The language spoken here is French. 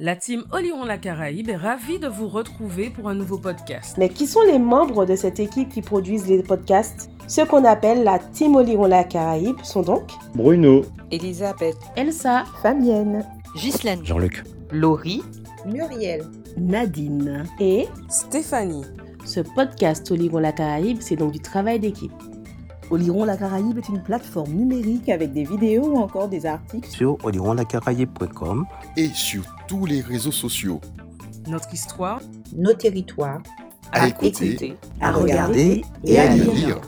La team Olion la Caraïbe est ravie de vous retrouver pour un nouveau podcast. Mais qui sont les membres de cette équipe qui produisent les podcasts Ceux qu'on appelle la Team Olion la Caraïbe sont donc Bruno, Elisabeth, Elsa, Fabienne Ghislaine, Jean-Luc, Laurie, Muriel, Nadine. et Stéphanie, Ce podcast Oliron la Caraïbe, c'est donc du travail d'équipe. Oliron la Caraïbe est une plateforme numérique avec des vidéos ou encore des articles. sur olironlacaraïbe.com et sur tous les réseaux sociaux. notre histoire Nos territoires À écouter, à regarder et à lire. lire.